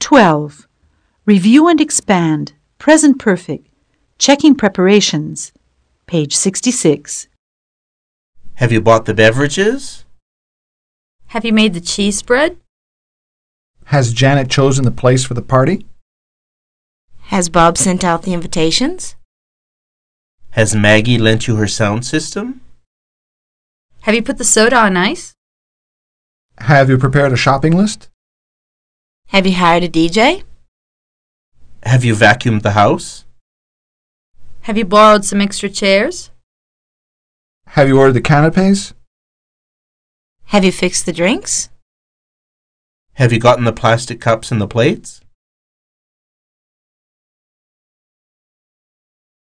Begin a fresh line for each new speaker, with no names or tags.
12. Review and expand present perfect, checking preparations. Page 66.
Have you bought the beverages?
Have you made the cheese spread?
Has Janet chosen the place for the party?
Has Bob sent out the invitations?
Has Maggie lent you her sound system?
Have you put the soda on ice?
Have you prepared a shopping list?
Have you hired a DJ?
Have you vacuumed the house?
Have you borrowed some extra chairs?
Have you ordered the canapes?
Have you fixed the drinks?
Have you gotten the plastic cups and the plates?